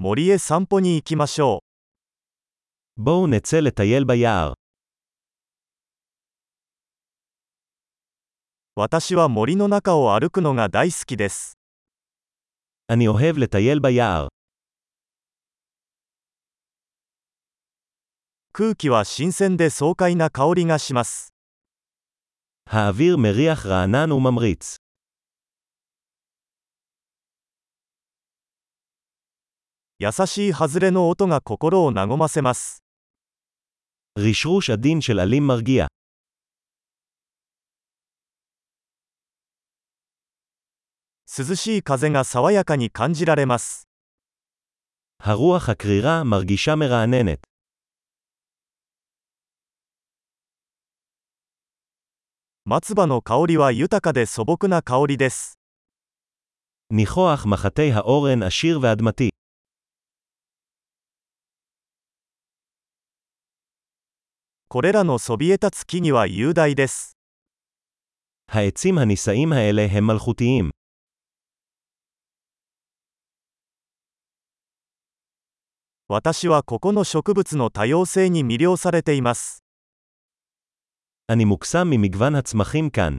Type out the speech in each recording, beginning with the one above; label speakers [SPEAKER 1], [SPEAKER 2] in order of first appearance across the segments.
[SPEAKER 1] 森へ散歩に行きましょ
[SPEAKER 2] בואו נצא לטייל ביער.
[SPEAKER 1] う。私は森の中を歩くのが大好きです。
[SPEAKER 2] אני אוהב לטייל ביער.
[SPEAKER 1] 空気は新鮮で爽快な香りがします。
[SPEAKER 2] האוויר מריח רענן וממריץ.
[SPEAKER 1] 優しい外れの音が心を和ませます。
[SPEAKER 2] רשרוש עדין של עלים מרגיע.
[SPEAKER 1] 涼しい風が爽やかに感じられます。
[SPEAKER 2] הרוח הקרירה מרגישה מרעננת.
[SPEAKER 1] 松葉の香りは豊かで素朴な香りです。
[SPEAKER 2] ניחוח מחטי האורן עשיר ואדמתי.
[SPEAKER 1] これらのそびえ立つ木々は雄大です。
[SPEAKER 2] העצים הנישאים האלה הם מלכותיים.
[SPEAKER 1] 私はここの植物の多様性に魅了されています。
[SPEAKER 2] אני מוקסם ממגוון הצמחים כאן.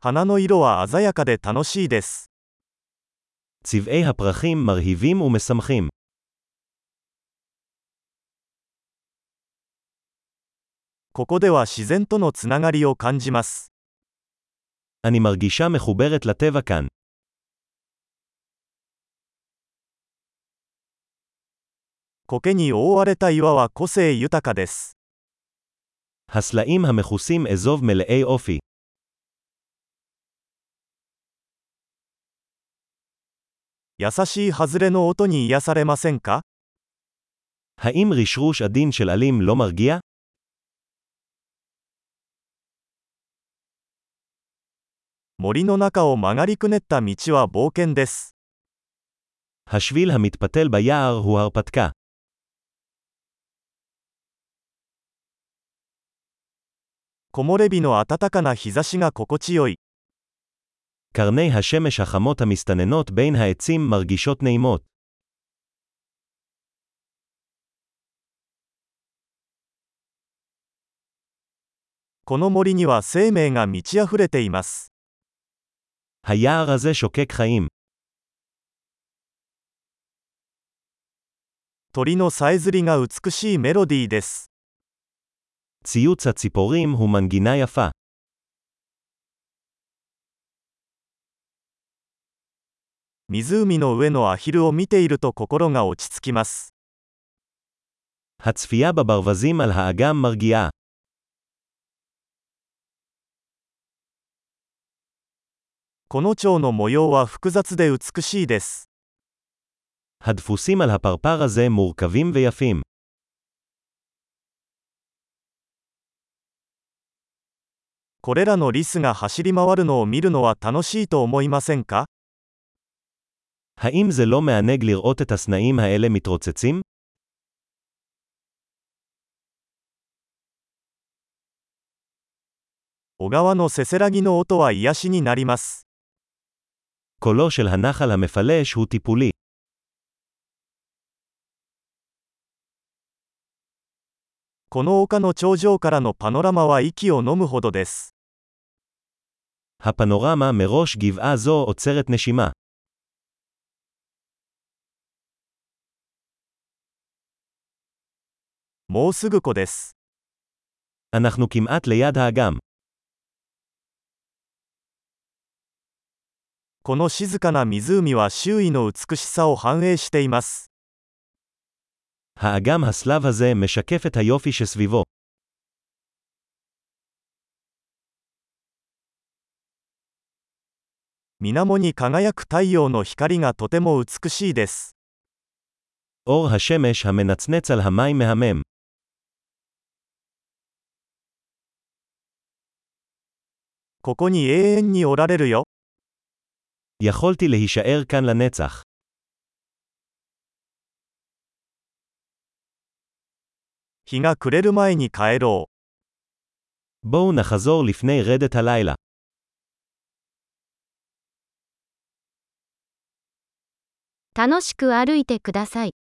[SPEAKER 1] 花の色は鮮やかで楽しいです。
[SPEAKER 2] צבעי הפרחים מרהיבים ומשמחים.
[SPEAKER 1] ここでは自然とのつながりを感じます。
[SPEAKER 2] אני מרגישה מחוברת לטבע כאן.
[SPEAKER 1] 苔に覆われた岩は個性豊かです。
[SPEAKER 2] הסלעים המכוסים אזוב מלאי אופי.
[SPEAKER 1] 優しい外れの音に癒されませんか
[SPEAKER 2] האם רשרוש עדין של עלים לא מרגיע?
[SPEAKER 1] 森の中を曲がりくねった道は冒険です。
[SPEAKER 2] השביל המתפתל ביער הוא הרפתקה.
[SPEAKER 1] 木漏れ日の暖かな日差しが心地よい。
[SPEAKER 2] קרני השמש החמות המסתננות בין העצים מרגישות נעימות.
[SPEAKER 1] この森には生命が満ち溢れています。
[SPEAKER 2] היער הזה שוקק חיים.
[SPEAKER 1] 鳥のさえずりが美しいメロディーです。
[SPEAKER 2] ציוץ הציפורים הוא מנגינה יפה.
[SPEAKER 1] 湖の上のアヒルを見ていると心が落ち着きます。
[SPEAKER 2] הצפייה בברווזים על האגם מרגיעה.
[SPEAKER 1] この蝶の模様は複雑で美しいです。
[SPEAKER 2] הדפוסים על הפרפר הזה מורכבים ויפים.
[SPEAKER 1] これらのリスが走り回るのを見るのは楽しいと思いませんか
[SPEAKER 2] האם זה לא מענג לראות את הסנאים האלה מתרוצצים?
[SPEAKER 1] 小川のせせらぎの音は癒しになります。
[SPEAKER 2] קולו של הנחל המפלש הוא טיפולי.
[SPEAKER 1] この丘の頂上からのパノラマは息を飲むほどです。
[SPEAKER 2] הפנורמה מראש גבעה זו עוצרת נשימה.
[SPEAKER 1] もうすぐ湖です。
[SPEAKER 2] אנחנו כמעט ליד האגם.
[SPEAKER 1] この静かな湖は周囲の美しさを反映しています。
[SPEAKER 2] האגם הסלב הזה משקף את היופי שסביבו.
[SPEAKER 1] 水面に輝く太陽の光がとても美しいです。
[SPEAKER 2] אור השמש המנצנץ על המים מהמם.
[SPEAKER 1] ここに永遠におられるよ。
[SPEAKER 2] יכולתי להישאר כאן לנצח.
[SPEAKER 1] 日が暮れる前に帰ろう。
[SPEAKER 2] בואו נחזור לפני רדת הלילה.
[SPEAKER 3] 楽しく歩いてください。